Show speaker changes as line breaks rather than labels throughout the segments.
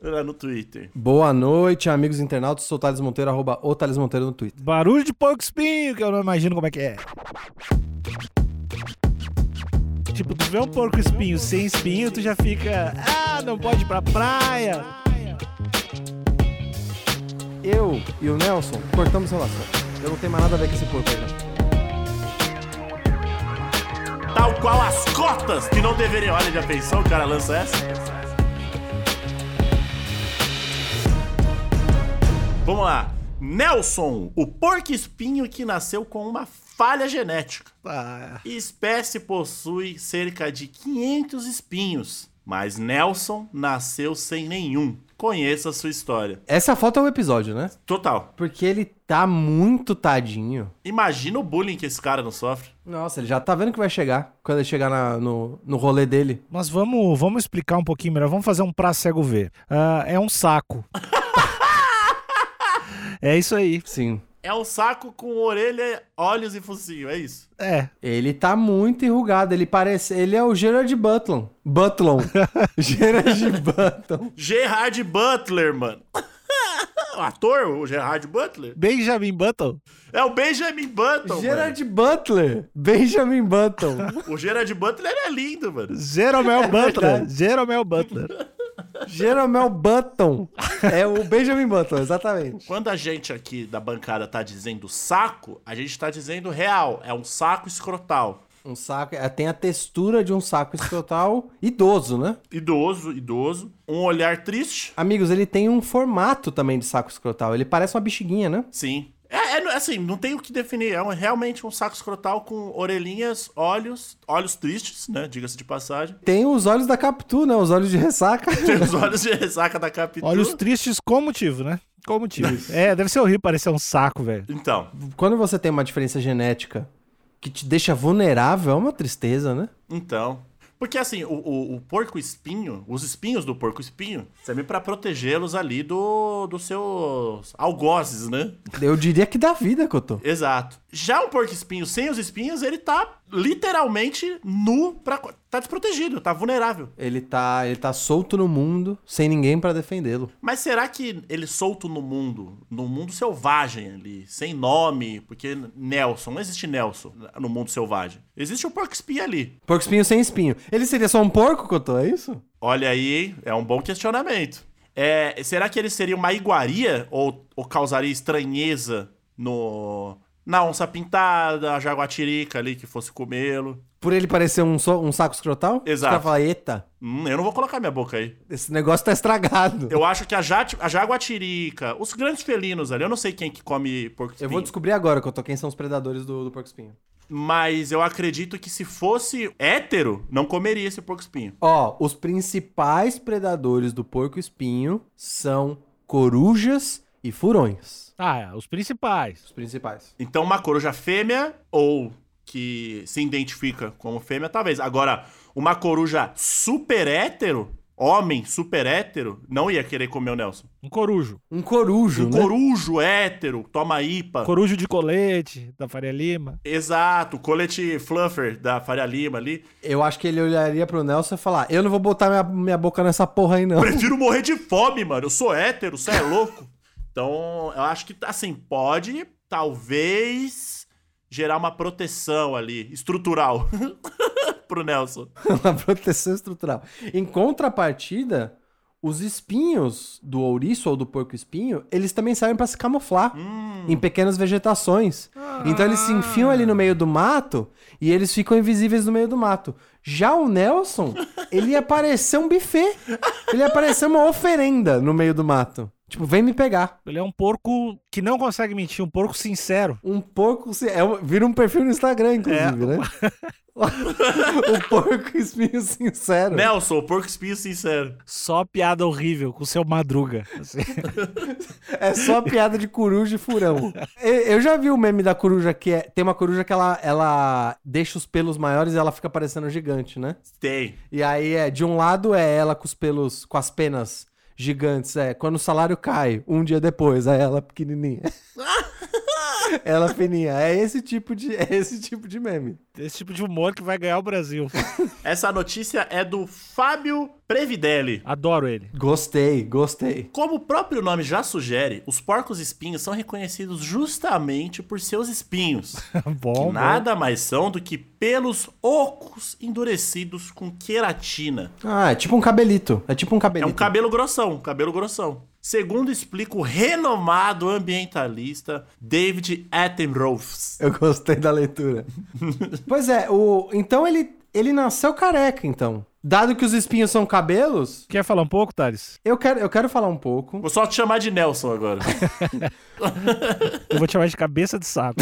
lá no Twitter.
Boa noite, amigos internautas. Sou Thales Monteiro, arroba o Thales Monteiro no Twitter.
Barulho de pouco espinho, que eu não imagino como é que é. Tipo, tu vê um porco espinho sem espinho, tu já fica. Ah, não pode ir pra praia.
Eu e o Nelson cortamos relação. Eu não tenho mais nada a ver com esse porco aí, não.
Tal qual as cotas que não deveriam. Olha, já pensou? O cara lança essa? Vamos lá. Nelson, o porco espinho que nasceu com uma falha genética.
Ah,
Espécie possui cerca de 500 espinhos, mas Nelson nasceu sem nenhum. Conheça a sua história.
Essa foto é um episódio, né?
Total.
Porque ele tá muito tadinho.
Imagina o bullying que esse cara não sofre.
Nossa, ele já tá vendo que vai chegar. Quando ele chegar na- no, no rolê dele.
Mas vamos, vamos explicar um pouquinho melhor. Vamos fazer um pra cego ver. Ah, é um saco. é isso aí.
Sim.
É um saco com orelha, olhos e focinho, é isso.
É.
Ele tá muito enrugado. Ele parece. Ele é o Gerard Button. Button. Gerard Button.
Gerard Butler, mano. o ator, o Gerard Butler?
Benjamin Button.
É o Benjamin Button,
Gerard Butler. Benjamin Button.
mano. O Gerard Butler é lindo, mano.
Jeromel Butler. Jeromel Butler.
Jeromel Button. É o Benjamin Button, exatamente.
Quando a gente aqui da bancada tá dizendo saco, a gente tá dizendo real. É um saco escrotal.
Um saco. é, Tem a textura de um saco escrotal idoso, né?
Idoso, idoso. Um olhar triste.
Amigos, ele tem um formato também de saco escrotal. Ele parece uma bexiguinha, né?
Sim. É, é, assim, não tem o que definir. É um- realmente um saco escrotal com orelhinhas, olhos, olhos tristes, né? Diga-se de passagem.
Tem os olhos da Capitu, né? Os olhos de ressaca.
Tem os olhos de ressaca da Capitu.
Olhos tristes com motivo, né? Com motivo. É, deve ser horrível parecer um saco, velho.
Então,
Quando você tem uma diferença genética que te deixa vulnerável, é uma tristeza, né?
então. Porque assim, o, o, porco espinho, os espinhos do porco espinho, servem pra protegê-los ali do dos seus algozes, né?
Eu diria que dá vida, Cotô.
Exato. Já um porco espinho sem os espinhos, ele tá literalmente nu, pra, tá desprotegido, tá vulnerável.
Ele tá, ele tá solto no mundo, sem ninguém pra defendê-lo.
Mas será que ele solto no mundo, no mundo selvagem ali, sem nome, porque Nelson, não existe Nelson no mundo selvagem. Existe o porco espinho ali.
Porco espinho sem espinho. Ele seria só um porco, Cotô, é isso?
Olha aí, hein? é um bom questionamento. É, será que ele seria uma iguaria ou, ou causaria estranheza no na onça pintada, a jaguatirica ali que fosse comê-lo?
Por ele parecer um, so- um saco escrotal?
Exato.
Os caras falam, eita,
Hum, eu não vou colocar minha boca aí.
esse negócio tá estragado.
Eu acho que a, jati- a jaguatirica, os grandes felinos ali, eu não sei quem que come porco espinho.
Eu vou descobrir agora que eu tô quem são os predadores do, do porco espinho.
Mas eu acredito que se fosse hétero, não comeria esse porco espinho.
Ó, os principais predadores do porco espinho são corujas e furões.
Ah, é, os principais.
Os principais.
Então, uma coruja fêmea ou que se identifica como fêmea, talvez. Agora, uma coruja super hétero, homem super hétero, não ia querer comer o Nelson.
Um corujo.
Um corujo,
Um
né?
corujo hétero, toma IPA.
Corujo de colete, da Faria Lima.
Exato, colete fluffer da Faria Lima ali.
Eu acho que ele olharia pro Nelson e falar: Eu não vou botar minha, minha boca nessa porra aí, não.
Prefiro morrer de fome, mano. Eu sou hétero, você é louco. Então, eu acho que, assim, pode, talvez, gerar uma proteção ali, estrutural, pro Nelson.
Uma proteção estrutural. Em contrapartida, os espinhos do ouriço ou do porco espinho, eles também servem pra se camuflar em pequenas vegetações. Então eles se enfiam ali no meio do mato e eles ficam invisíveis no meio do mato. Já o Nelson, ele ia parecer um buffet. Ele ia parecer uma oferenda no meio do mato. Tipo, vem me pegar.
Ele é um porco que não consegue mentir, um porco sincero.
Um porco. se- É, um- vira um perfil no Instagram, inclusive, né? o porco espinho sincero.
Nelson, o porco espinho sincero.
Só piada horrível com o seu madruga. Assim.
É só piada de coruja e furão. Eu eu já vi o meme da coruja que é. Tem uma coruja que ela, ela deixa os pelos maiores e ela fica parecendo gigante, né?
Tem.
E aí é, de um lado é ela com os pelos, com as penas gigantes, é quando o salário cai, um dia depois, é ela pequenininha. ela fininha. É esse tipo de, é esse tipo de meme.
Esse tipo de humor que vai ganhar o Brasil.
Essa notícia é do Fábio Previdelli.
Adoro ele.
Gostei, gostei.
Como o próprio nome já sugere, os porcos espinhos são reconhecidos justamente por seus espinhos,
bom,
que
bom.
nada mais são do que pelos ocos endurecidos com queratina.
Ah, é tipo um cabelito. É tipo um
É
cabelito.
um cabelo grossão, um cabelo grossão. Segundo explica o renomado ambientalista David Attenborough.
Eu gostei da leitura. pois é, o então ele ele nasceu careca, então. Dado que os espinhos são cabelos,
Quer falar um pouco, Thales?
eu quero, eu quero falar um pouco.
Vou só te chamar de Nelson agora.
Eu vou te chamar de cabeça de saco.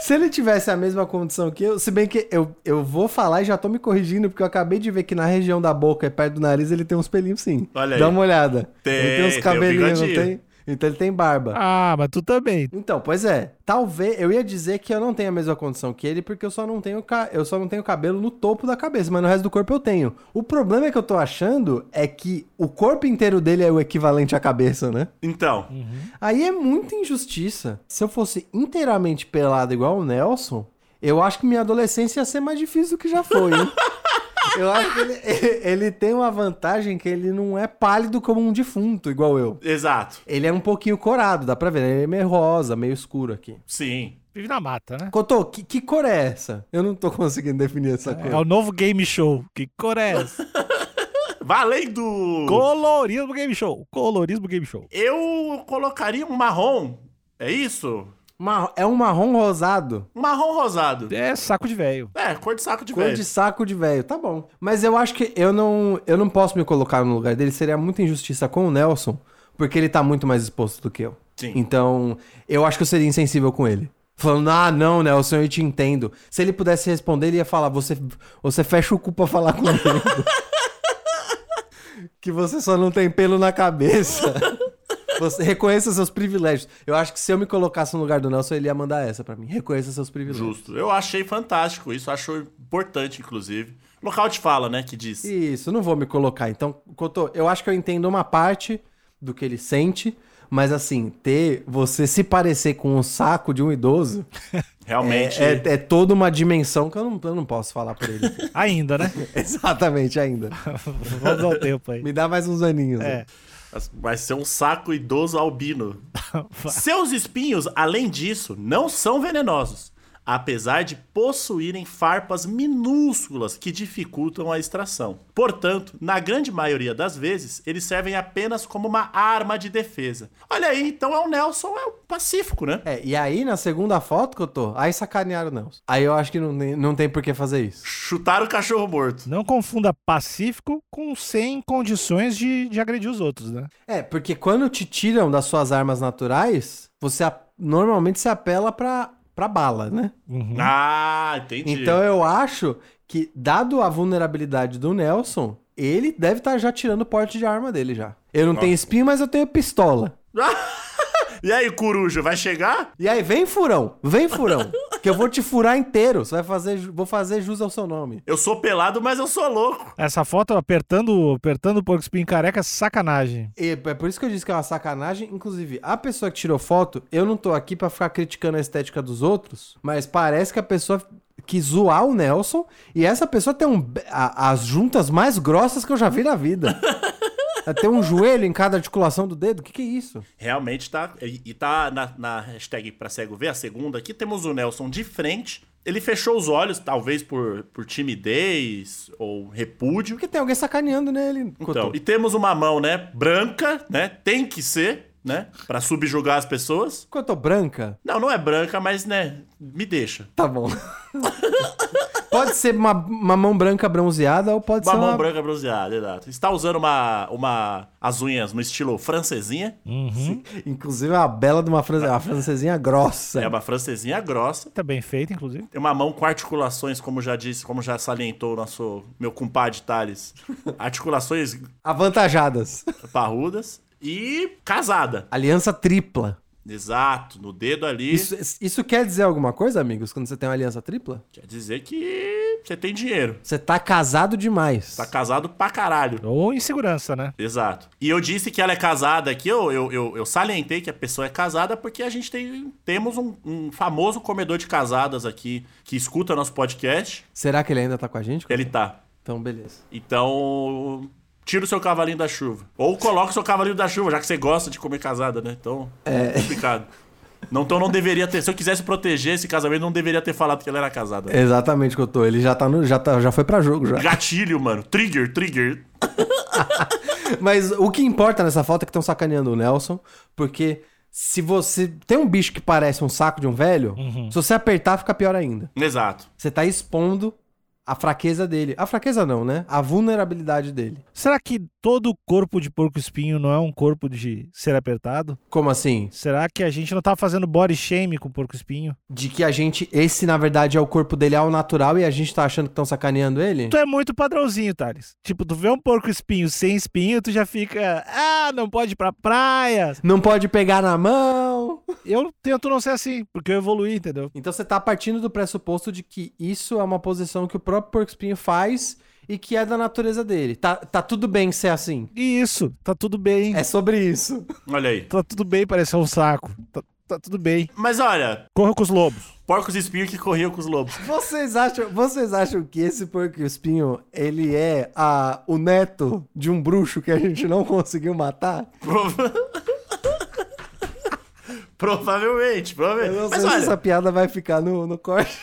Se ele tivesse a mesma condição que eu, se bem que eu, eu vou falar e já tô me corrigindo, porque eu acabei de ver que na região da boca e perto do nariz ele tem uns pelinhos sim.
Olha aí.
Dá uma olhada.
Tem,
ele tem uns
tem o
cabelinhos, não
bigodinho.
tem? Então ele tem barba.
Ah, mas tu também.
Então, pois é. Talvez eu ia dizer que eu não tenho a mesma condição que ele, porque eu só não tenho ca- eu só não tenho cabelo no topo da cabeça, mas no resto do corpo eu tenho. O problema é que eu tô achando é que o corpo inteiro dele é o equivalente à cabeça, né?
Então,
Aí é muita injustiça. Se eu fosse inteiramente pelado igual o Nelson, eu acho que minha adolescência ia ser mais difícil do que já foi, hein? Eu acho que ele, ele tem uma vantagem que ele não é pálido como um defunto, igual eu.
exato.
Ele é um pouquinho corado, dá pra ver. Ele é meio rosa, meio escuro aqui.
Sim.
Vive na mata, né?
Cotô, que, que cor é essa? Eu não tô conseguindo definir essa
É
cor.
o novo game show. Que cor é essa?
Valendo!
Colorismo game show. Colorismo game show.
Eu colocaria um marrom. É isso?
Marro- É um marrom rosado.
Um marrom rosado.
É saco de velho.
É, cor de saco de
Cor
velho.
de saco de velho, tá bom. Mas eu acho que eu não, eu não posso me colocar no lugar dele, seria muita injustiça com o Nelson, porque ele tá muito mais exposto do que eu.
Sim.
Então, eu acho que eu seria insensível com ele. Falando, ah, não, Nelson, eu te entendo. Se ele pudesse responder, ele ia falar, você, você fecha o cu pra falar comigo. que você só não tem pelo na cabeça. Você reconheça seus privilégios. Eu acho que se eu me colocasse no lugar do Nelson, ele ia mandar essa pra mim. Reconheça seus privilégios.
Justo. Eu achei fantástico isso, acho importante, inclusive. Local de fala, né, que diz.
Isso, não vou me colocar. Então, Cotô, eu acho que eu entendo uma parte do que ele sente, mas assim, ter você se parecer com o saco de um idoso é,
Realmente.
é- é toda uma dimensão que eu não, eu não posso falar por ele.
Ainda, né?
Exatamente, ainda.
Vamos dar o tempo aí.
Me dá mais uns aninhos.
É.
né?
Vai ser um saco idoso albino. Seus espinhos, além disso, não são venenosos, apesar de possuírem farpas minúsculas que dificultam a extração. Portanto, na grande maioria das vezes, eles servem apenas como uma arma de defesa. Olha aí, então é o Nelson, é o pacífico, né?
É, e aí, na segunda foto, Cotô, aí sacanearam o Nelson. Aí eu acho que não, tem- não tem por que fazer isso.
Chutaram o cachorro morto.
Não confunda pacífico com sem condições de, de agredir os outros, né?
É, porque quando te tiram das suas armas naturais, você a- normalmente se apela pra, pra bala, né?
Ah, entendi.
Então eu acho que, dado a vulnerabilidade do Nelson, ele deve estar já tirando o porte de arma dele já. Eu não tenho espinho, mas eu tenho pistola.
E aí, coruja, vai chegar?
E aí, vem furão, vem furão. que eu vou te furar inteiro. Você vai fazer, ju- vou fazer jus ao seu nome.
Eu sou pelado, mas eu sou louco.
Essa foto apertando, apertando o porco espinho careca, sacanagem.
E é por isso que eu disse que é uma sacanagem. Inclusive, a pessoa que tirou foto, eu não tô aqui pra ficar criticando a estética dos outros, mas parece que a pessoa quis zoar o Nelson e essa pessoa tem um, be- a- as juntas mais grossas que eu já vi na vida. Ela Tem um joelho em cada articulação do dedo? O que, que é isso?
Realmente tá. E e tá na, na hashtag pra cego ver, a segunda aqui, temos o Nelson de frente. Ele fechou os olhos, talvez por, por timidez ou repúdio.
Porque tem alguém sacaneando nele. Cotô.
Então, e temos uma mão, né? Branca, né? Tem que ser. né? Pra subjugar as pessoas.
Porque eu tô branca?
Não, não é branca, mas, né? Me deixa.
Tá bom. pode ser uma, uma mão branca bronzeada ou pode
Uma
ser
mão
uma...
branca bronzeada, exato. Está usando uma, uma, as unhas no estilo francesinha.
Uhum.
Inclusive, uma bela de uma, france... uma francesinha grossa.
É uma francesinha grossa.
Tá bem feito, inclusive.
Tem uma mão com articulações, como já disse, como já salientou o nosso meu compadre Thales. Articulações
Avantajadas.
parrudas e casada.
Aliança tripla.
Exato, no dedo ali.
Isso, é isso quer dizer alguma coisa, amigos, quando você tem uma aliança tripla?
Quer dizer que você tem dinheiro.
Você tá casado demais.
Tá casado pra caralho.
Ou insegurança, né?
Exato. E eu disse que ela é casada aqui, eu, eu, eu, eu salientei que a pessoa é casada porque a gente tem, temos um, um famoso comedor de casadas aqui que escuta nosso podcast.
Será que ele ainda tá com a gente?
Ele tá.
Então, beleza.
Então, tira o seu cavalinho da chuva. Ou coloca o seu cavalinho da chuva, já que você gosta de comer casada, né? Então, é complicado. Não, então não deveria ter. Se eu quisesse proteger esse casamento, não deveria ter falado que ela era casada.
Exatamente, Cotô. Ele já tá no. Já, tá, já foi pra jogo já.
Gatilho, mano. Trigger, trigger.
Mas o que importa nessa foto é que estão sacaneando o Nelson, porque se você tem um bicho que parece um saco de um velho,
Uhum.
se você apertar, fica pior ainda.
Exato.
Você tá expondo a fraqueza dele. A fraqueza não, né? A vulnerabilidade dele.
Será que todo corpo de porco-espinho não é um corpo de ser apertado?
Como assim?
Será que a gente não tá fazendo body shame com o porco-espinho?
De que a gente. Esse, na verdade, é o corpo dele ao natural e a gente tá achando que estão sacaneando ele?
Tu é muito padrãozinho, Thales. Tipo, tu vê um porco-espinho sem espinho, tu já fica, ah, não pode ir pra praia.
Não pode pegar na mão.
Eu tento não ser assim, porque eu evoluí, entendeu?
Então você tá partindo do pressuposto de que isso é uma posição que o próprio porco-espinho faz e que é da natureza dele. Tá, tá tudo bem ser assim.
E isso, tá tudo bem.
É sobre isso.
Olha aí.
Tá tudo bem parecer um saco. Tá, tá tudo bem.
Mas olha,
Corra com os lobos.
porcos espinhos que corriam com os lobos.
Vocês acham, vocês acham que esse porco espinho ele é a, o neto de um bruxo que a gente não conseguiu matar?
Prova- provavelmente,
Eu não
provavelmente. Mas
sei se essa
olha,
piada vai ficar no, no corte.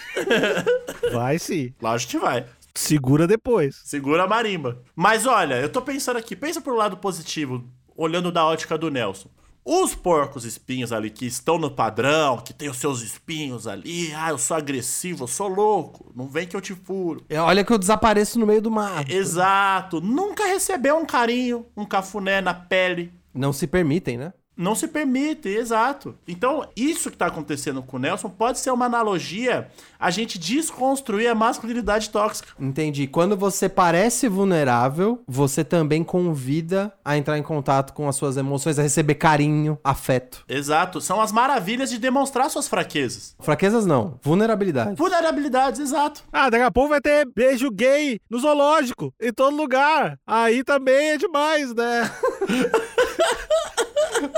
Vai sim.
lógico que vai.
Segura depois.
Segura a marimba. Mas olha, eu tô pensando aqui, pensa pro lado positivo, olhando da ótica do Nelson. Os porcos espinhos ali que estão no padrão, que tem os seus espinhos ali, ah, eu sou agressivo, eu sou louco, não vem que eu te furo.
É, Olha que eu desapareço no meio do mar.
Exato, nunca recebeu um carinho, um cafuné na pele.
Não se permitem, né?
Não se permite, exato. Então, isso que tá acontecendo com o Nelson pode ser uma analogia a gente desconstruir a masculinidade tóxica.
Entendi. Quando você parece vulnerável, você também convida a entrar em contato com as suas emoções, a receber carinho, afeto.
Exato, são as maravilhas de demonstrar suas fraquezas.
Fraquezas não, vulnerabilidade.
Vulnerabilidades, exato.
Ah, daqui a pouco vai ter beijo gay no zoológico, em todo lugar. Aí também é demais, né?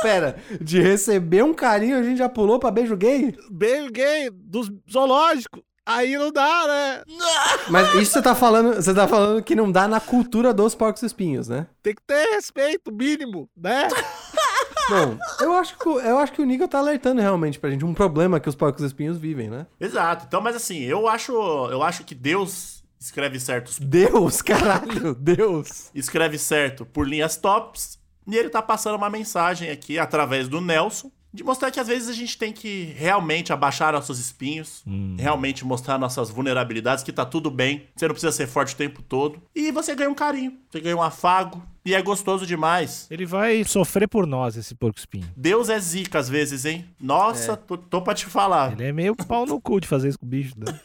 Pera, de receber um carinho a gente já pulou pra beijo gay?
Beijo gay do zoológico. Aí não dá, né?
Mas isso você tá falando, você tá falando que não dá na cultura dos porcos espinhos, né?
Tem que ter respeito mínimo, né?
Bom, eu acho que o- eu acho que o Nigel tá alertando realmente pra gente um problema que os porcos espinhos vivem, né?
Exato. Então, mas assim, eu acho, eu acho que Deus escreve certos,
Deus, caralho, Deus.
escreve certo por linhas tops, e ele tá passando uma mensagem aqui através do Nelson de mostrar que às vezes a gente tem que realmente abaixar nossos espinhos, realmente mostrar nossas vulnerabilidades, que tá tudo bem, você não precisa ser forte o tempo todo, e você ganha um carinho, você ganha um afago, e é gostoso demais.
Ele vai sofrer por nós, esse porco espinho.
Deus é zica às vezes, hein? Nossa, tô, tô pra te falar.
Ele é meio pau no cu de fazer isso com o bicho, né?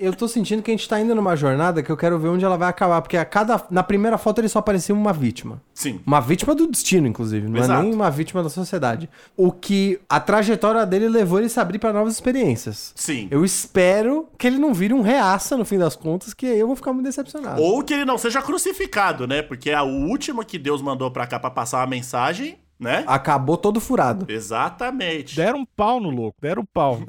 Eu tô sentindo que a gente tá indo numa jornada que eu quero ver onde ela vai acabar, porque a cada na primeira foto ele só aparecia uma vítima.
Sim.
Uma vítima do destino, inclusive, não é
Exato.
nem uma vítima da sociedade. O que a trajetória dele levou ele a se abrir pra novas experiências.
Sim.
Eu espero que ele não vire um reaça no fim das contas, que eu vou ficar muito decepcionado.
Ou que ele não seja crucificado, né? Porque é o último que Deus mandou pra cá pra passar uma mensagem, né?
Acabou todo furado.
Exatamente.
Deram um pau no louco, deram um pau.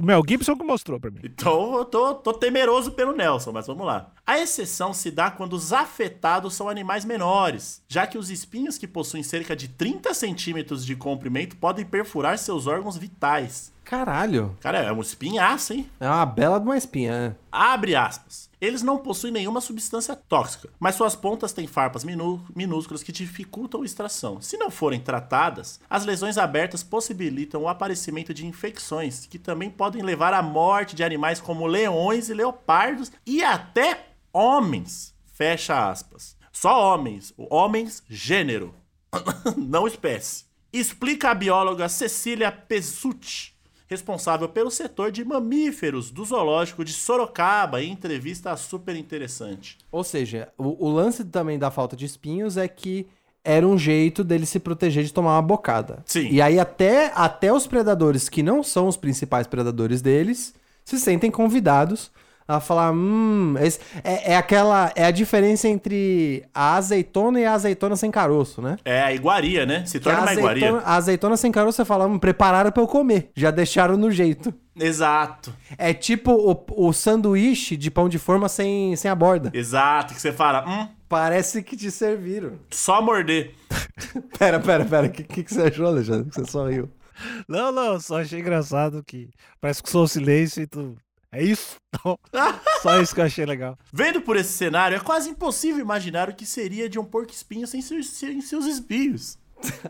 O Mel Gibson que mostrou pra mim.
Então eu tô, tô temeroso pelo Nelson, mas vamos lá. A exceção se dá quando os afetados são animais menores, já que os espinhos que possuem cerca de 30 centímetros de comprimento podem perfurar seus órgãos vitais.
Caralho.
Cara, é uma espinhaça, hein?
É uma bela de uma espinha. né?
Abre aspas. Eles não possuem nenhuma substância tóxica, mas suas pontas têm farpas minú- minúsculas que dificultam a extração. Se não forem tratadas, as lesões abertas possibilitam o aparecimento de infecções que também podem levar à morte de animais como leões e leopardos e até homens. Fecha aspas. Só homens. Homens, gênero. não espécie. Explica a bióloga Cecília Pesucci, responsável pelo setor de mamíferos do zoológico de Sorocaba, em entrevista super interessante.
Ou seja, o, o lance também da falta de espinhos é que era um jeito dele se proteger de tomar uma bocada.
Sim.
E aí até, até os predadores que não são os principais predadores deles se sentem convidados a falar, hum, esse- é, é aquela é a diferença entre a azeitona e a azeitona sem caroço, né?
É a iguaria, né? Se
Que a
torna uma
azeitona,
iguaria.
a azeitona sem caroço, você fala, hum, prepararam pra eu comer, já deixaram no jeito.
Exato.
É tipo o, o sanduíche de pão de forma sem, sem a borda.
Exato. Que você fala, hum,
Parece que te serviram.
só morder.
Pera, pera, pera. O que, que, que você achou, Alexandre? Que você só riu.
Não, não, só achei engraçado que parece que sou o silêncio e tu. É isso? Não. Só isso que eu achei legal.
Vendo por esse cenário, é quase impossível imaginar o que seria de um porco-espinho sem, seus- sem seus espinhos.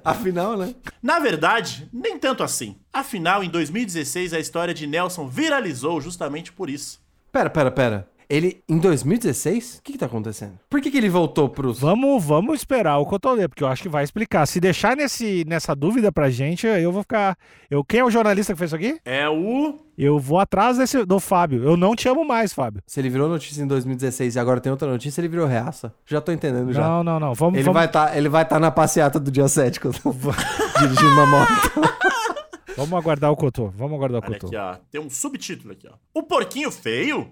Afinal, né?
Na verdade, nem tanto assim. Afinal, em 2016, a história de Nelson viralizou justamente por isso.
Pera, pera, pera. Ele, em 2016? O que, que tá acontecendo? Por que, que ele voltou pros.
Vamos, vamos esperar o Cotolê, porque eu acho que vai explicar. Se deixar nesse, nessa dúvida pra gente, eu vou ficar. Eu, quem é o jornalista que fez isso aqui?
É o.
Eu vou atrás desse, do Fábio. Eu não te amo mais, Fábio.
Se ele virou notícia em 2016 e agora tem outra notícia, ele virou reaça. Já tô entendendo já.
Não, não, não. Vamos,
Ele
vamos,
vai tá, ele vai estar na passeata do dia 7 quando eu vou dirigindo uma moto.
vamos aguardar o Cotô. Vamos aguardar o
Olha
Cotô.
aqui, ó. Tem um subtítulo aqui, ó. O porquinho feio?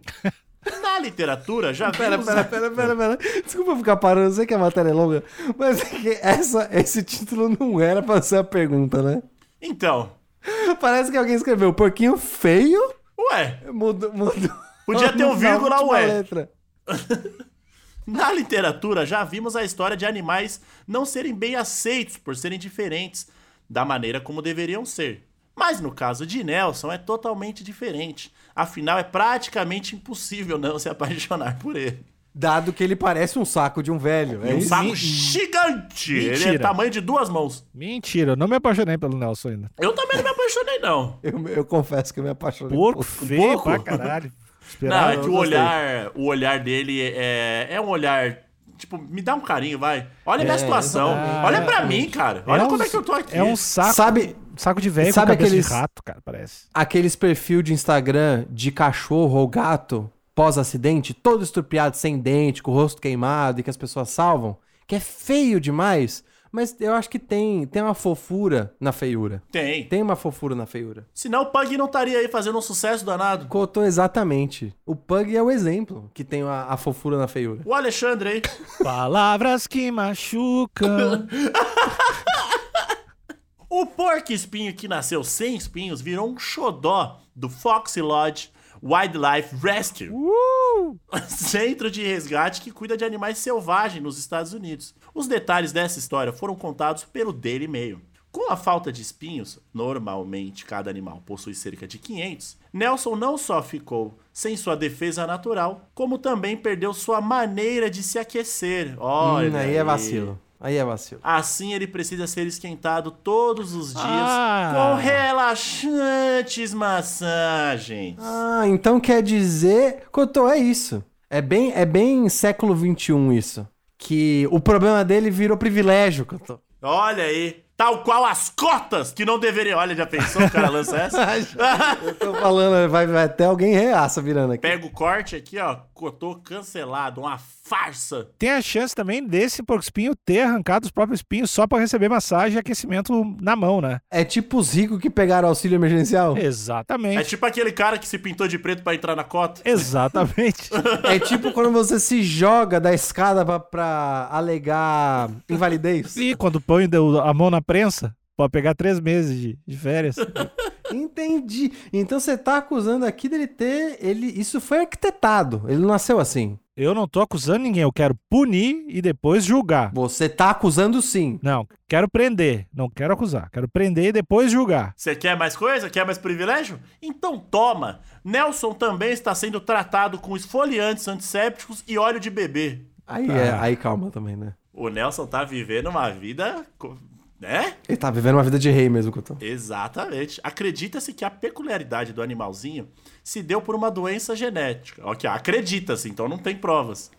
Na literatura já
Pera,
vimos...
pera, pera, pera, pera. Desculpa ficar parando, eu sei que a matéria é longa, mas é que essa, esse título não era pra ser a pergunta, né?
Então,
Parece que alguém escreveu porquinho feio.
ué,
Mudou. mudou.
Podia ter um
Na
vírgula,
última
ué.
letra.
na literatura já vimos a história de animais não serem bem aceitos por serem diferentes da maneira como deveriam ser. Mas no caso de Nelson é totalmente diferente. Afinal, é praticamente impossível não se apaixonar por ele.
Dado que ele parece um saco de um velho. É
É um
isso?
saco gigante! Ele é
Mentira.
tamanho de duas mãos.
Mentira, eu não me apaixonei pelo Nelson ainda.
Eu também não me apaixonei, não.
Eu, eu confesso que eu me apaixonei.
Porco
por-
feio
porco?
pra caralho. Esperar.
Não,
eu
é que o
gostei.
olhar, o olhar dele é, é um olhar. Tipo, me dá um carinho, vai. Olha a minha situação.
exatamente.
Olha pra mim, cara. Olha
um-
como é que eu tô aqui.
É um saco,
Sabe
saco de velho com
Sabe
cabeça
aqueles-
de rato, cara, parece.
aqueles perfil de Instagram de cachorro ou gato pós-acidente, todo estrupiado, sem dente, com o rosto queimado e que as pessoas salvam? Que é feio demais. Mas eu acho que tem, tem uma fofura na feiura.
Tem.
Tem uma fofura na feiura.
Senão o Pug não estaria aí fazendo um sucesso danado.
Cotou exatamente. O Pug é o exemplo que tem a, a fofura na feiura.
O Alexandre aí.
Palavras que machucam.
O porco espinho que nasceu sem espinhos virou um xodó do Foxy Lodge Wildlife Rescue.
Uh!
Centro de resgate que cuida de animais selvagens nos Estados Unidos. Os detalhes dessa história foram contados pelo Daily Mail. Com a falta de espinhos, normalmente cada animal possui cerca de 500, Nelson não só ficou sem sua defesa natural, como também perdeu sua maneira de se aquecer. Olha
Hum, aí é vacilo. Aí é vacilo.
Assim ele precisa ser esquentado todos os dias
Ah.
com relaxantes massagens.
Ah, então quer dizer. Cotô, é isso. É bem, é bem século XXI isso. Que o problema dele virou privilégio, Cotô.
Olha aí. Tal qual as cotas que não deveriam. Olha, já pensou que o cara lança essa?
Eu tô falando, vai, vai até alguém reaça virando aqui.
Pega o corte aqui, ó. Cotô cancelado. Uma farsa.
Tem a chance também desse porco espinho ter arrancado os próprios espinhos só pra receber massagem e aquecimento na mão, né?
É tipo os ricos que pegaram auxílio emergencial.
É
Exatamente.
tipo aquele cara que se pintou de preto pra entrar na cota.
Exatamente.
É tipo quando você se joga da escada pra, pra alegar invalidez.
e quando põe deu a mão na prensa, pode pegar três meses de, de férias.
Entendi. Então você tá acusando aqui dele ter. Ele, isso foi arquitetado. Ele não nasceu assim.
Eu não tô acusando ninguém, eu quero punir e depois julgar.
Você tá acusando sim.
Não, quero prender, não quero acusar. Quero prender e depois julgar.
Você quer mais coisa? Quer mais privilégio? Então toma! Nelson também está sendo tratado com esfoliantes antissépticos e óleo de bebê.
Aí, é, aí calma também, né?
O Nelson tá vivendo uma vida. co- né?
Ele tá vivendo uma vida de rei mesmo, Cotão.
Exatamente. Acredita-se que a peculiaridade do animalzinho se deu por uma doença genética. Ok, acredita-se, então não tem provas.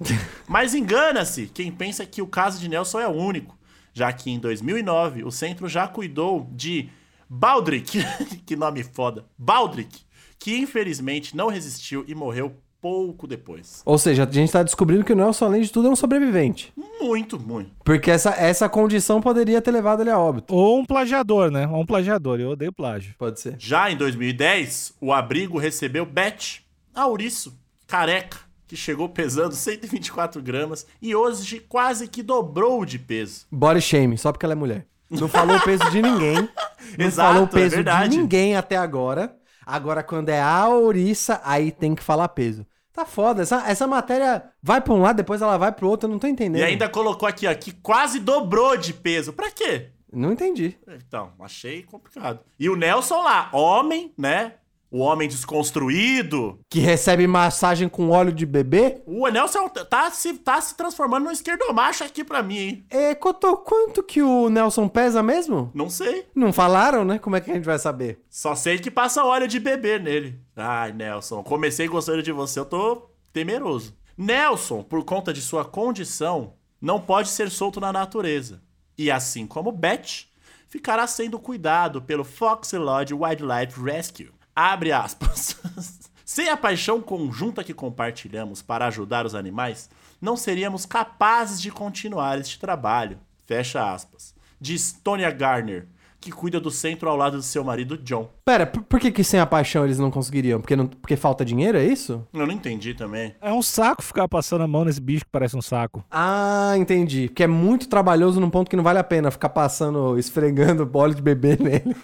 Mas engana-se quem pensa que o caso de Nelson é o único, já que em 2009 o centro já cuidou de Baldrick, que nome foda, Baldrick, que infelizmente não resistiu e morreu pouco depois.
Ou seja, a gente tá descobrindo que o Nelson, além de tudo, é um sobrevivente.
Muito, muito.
Porque essa, essa condição poderia ter levado ele a óbito.
Ou um plagiador, né? Ou um plagiador, eu odeio plágio.
Pode ser.
Já em 2010, o abrigo recebeu Beth, ouriço, careca, que chegou pesando 124 gramas e hoje quase que dobrou de peso.
Body shame, só porque ela é mulher. Não falou o peso de ninguém. Não
Exato,
falou o
é
peso
verdade.
de ninguém até agora. Agora, quando é a ouriça, aí tem que falar peso. Tá foda. Essa, essa matéria vai pra um lado, depois ela vai pro outro. Eu não tô entendendo.
E ainda colocou aqui, ó, que quase dobrou de peso. Pra quê?
Não entendi.
Então, achei complicado. E o Nelson lá, homem, né? O homem desconstruído.
Que recebe massagem com óleo de bebê?
O Nelson tá se, tá se transformando num esquerdomacho aqui pra mim, hein?
É, Cotô, quanto que o Nelson pesa mesmo?
Não sei.
Não falaram, né? Como é que a gente vai saber?
Só sei que passa óleo de bebê nele. Ai, Nelson, comecei gostando de você, eu tô temeroso. Nelson, por conta de sua condição, não pode ser solto na natureza. E assim como Beth, ficará sendo cuidado pelo Fox Lodge Wildlife Rescue. Abre aspas. Sem a paixão conjunta que compartilhamos para ajudar os animais, não seríamos capazes de continuar este trabalho. Fecha aspas. Diz Tonya Garner, que cuida do centro ao lado do seu marido John.
Pera, por, por que que sem a paixão eles não conseguiriam? Porque, não, porque falta dinheiro, é isso?
Eu não entendi também.
É um saco ficar passando a mão nesse bicho que parece um saco.
Ah, entendi. Porque é muito trabalhoso num ponto que não vale a pena ficar passando, esfregando óleo de bebê nele.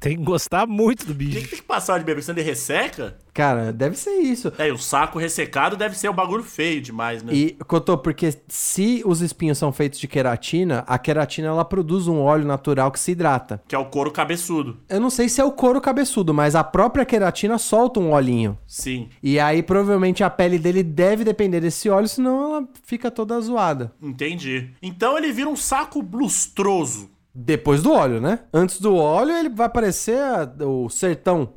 Tem que gostar muito do
O que, que
bicho.
tem que passar de bebê? Senão ele resseca?
Cara, deve ser isso.
É, e o saco ressecado deve ser um bagulho feio demais, né?
E, Cotô, porque se os espinhos são feitos de queratina, a queratina ela produz um óleo natural que se hidrata.
Que é o couro cabeçudo.
Eu não sei se é o couro cabeçudo, mas a própria queratina solta um olhinho.
Sim.
E aí, provavelmente, a pele dele deve depender desse óleo, senão ela fica toda zoada.
Entendi. Então ele vira um saco lustroso.
Depois do óleo, né? Antes do óleo, ele vai parecer a- o sertão.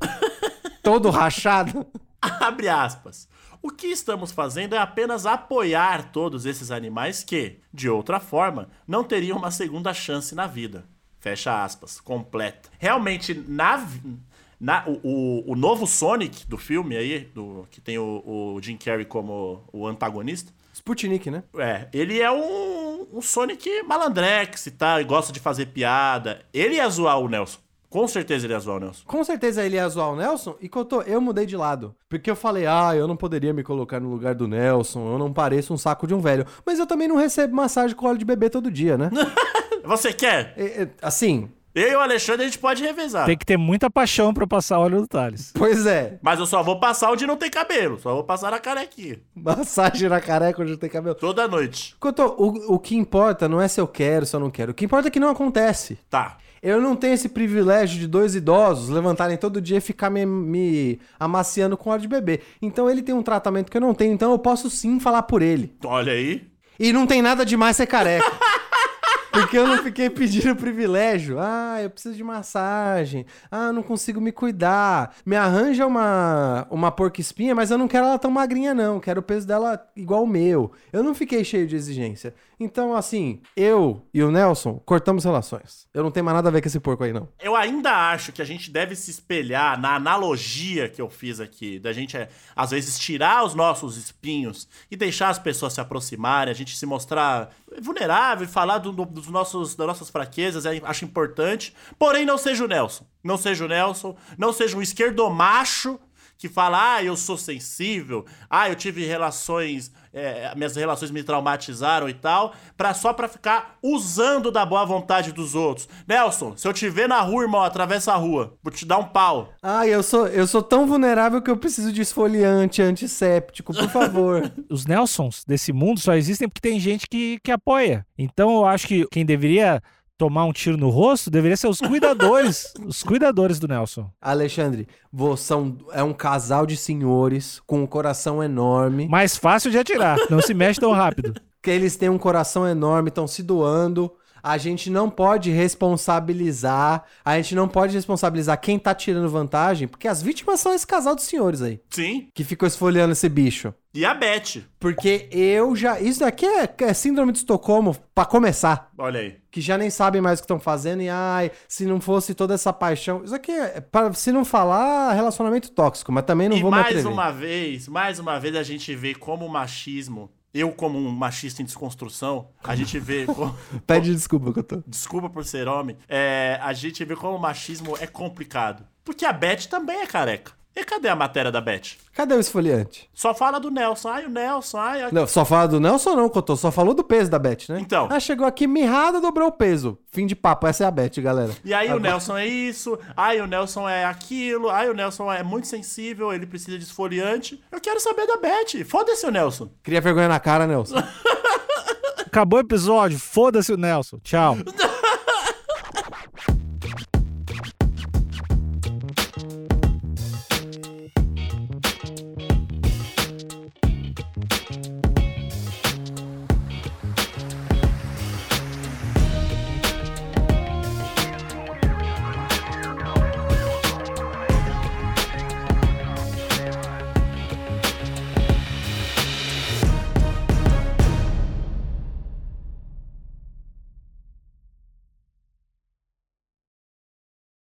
todo rachado.
Abre aspas. O que estamos fazendo é apenas apoiar todos esses animais que, de outra forma, não teriam uma segunda chance na vida. Fecha aspas. Completa. Realmente, na, vi- na- o, o- o novo Sonic do filme aí, do, que tem o, o Jim Carrey como o antagonista,
Sputnik, né?
É, ele é um, um Sonic malandrex e tal, e gosta de fazer piada. Ele ia zoar o Nelson. Com certeza ele ia zoar o Nelson.
Com certeza ele ia zoar o Nelson. E Cotô, eu mudei de lado. Porque eu falei, ah, eu não poderia me colocar no lugar do Nelson. Eu não pareço um saco de um velho. Mas eu também não recebo massagem com óleo de bebê todo dia, né?
Você quer?
É, é, assim,
Eu e o Alexandre a gente pode revezar.
Tem que ter muita paixão pra passar óleo do Thales.
pois é.
Mas eu só vou passar onde não tem cabelo. Só vou passar na carequinha.
Massagem na careca onde tem cabelo.
Toda noite.
Cotô, o, o que importa não é se eu quero, se eu não quero. O que importa é que não acontece.
Tá.
Eu não tenho esse privilégio de dois idosos levantarem todo dia e ficar me, me amaciando com óleo de bebê. Então ele tem um tratamento que eu não tenho, então eu posso sim falar por ele.
então Olha aí.
E não tem nada demais ser careca. Porque eu não fiquei pedindo privilégio. Ah, eu preciso de massagem. Ah, eu não consigo me cuidar. Me arranja uma, uma porca espinha, mas eu não quero ela tão magrinha, não. Quero o peso dela igual o meu. Eu não fiquei cheio de exigência. Então, assim, eu e o Nelson cortamos relações. Eu não tenho mais nada a ver com esse porco aí, não.
Eu ainda acho que a gente deve se espelhar na analogia que eu fiz aqui, da gente, é, às vezes, tirar os nossos espinhos e deixar as pessoas se aproximarem, a gente se mostrar vulnerável e falar do- do- dos nossos, das nossas fraquezas, é, acho importante. Porém, não seja o Nelson. Não seja o Nelson, não seja um esquerdomacho que fala, ah, eu sou sensível, ah, eu tive relações, é, minhas relações me traumatizaram e tal, pra, só pra ficar usando da boa vontade dos outros. Nelson, se eu te ver na rua, irmão, atravessa a rua, vou te dar um pau.
Ai, eu sou, eu sou tão vulnerável que eu preciso de esfoliante antisséptico, por favor.
Os Nelsons desse mundo só existem porque tem gente que, que apoia. Então eu acho que quem deveria tomar um tiro no rosto deveria ser os cuidadores. os cuidadores do Nelson.
Alexandre, você é um- é um casal de senhores com um coração enorme.
Mais fácil de atirar. Não se mexe tão rápido.
que eles têm um coração enorme, estão se doando. A gente não pode responsabilizar, a gente não pode responsabilizar quem tá tirando vantagem, porque as vítimas são esse casal dos senhores aí,
Sim.
que ficou esfolhando esse bicho.
E a Beth.
Porque eu já. Isso daqui é, é síndrome de Estocolmo, pra começar.
Olha aí.
Que já nem sabem mais o que estão fazendo e, ai, se não fosse toda essa paixão. Isso aqui é, pra, se não falar, relacionamento tóxico, mas também não
e
vou me
mais
atrever.
uma vez, mais uma vez a gente vê como o machismo, eu como um machista em desconstrução, a gente vê. como-
Pede desculpa que eu tô.
desculpa por ser homem. é, a gente vê como o machismo é complicado. Porque a Beth também é careca. E cadê a matéria da Beth?
Cadê o esfoliante?
Só fala do Nelson. Ai, o Nelson, ai, ai.
Não, só fala do Nelson não, Cotô. Só falou do peso da Beth, né?
Então.
Ela chegou aqui mirrada, dobrou o peso. Fim de papo. Essa é a Beth, galera.
E aí o Nelson é isso, ai o Nelson é aquilo, ai o Nelson é muito sensível, ele precisa de esfoliante. Eu quero saber da Beth. Foda-se o Nelson.
Cria vergonha na cara, Nelson.
Acabou o episódio. Foda-se o Nelson. Tchau.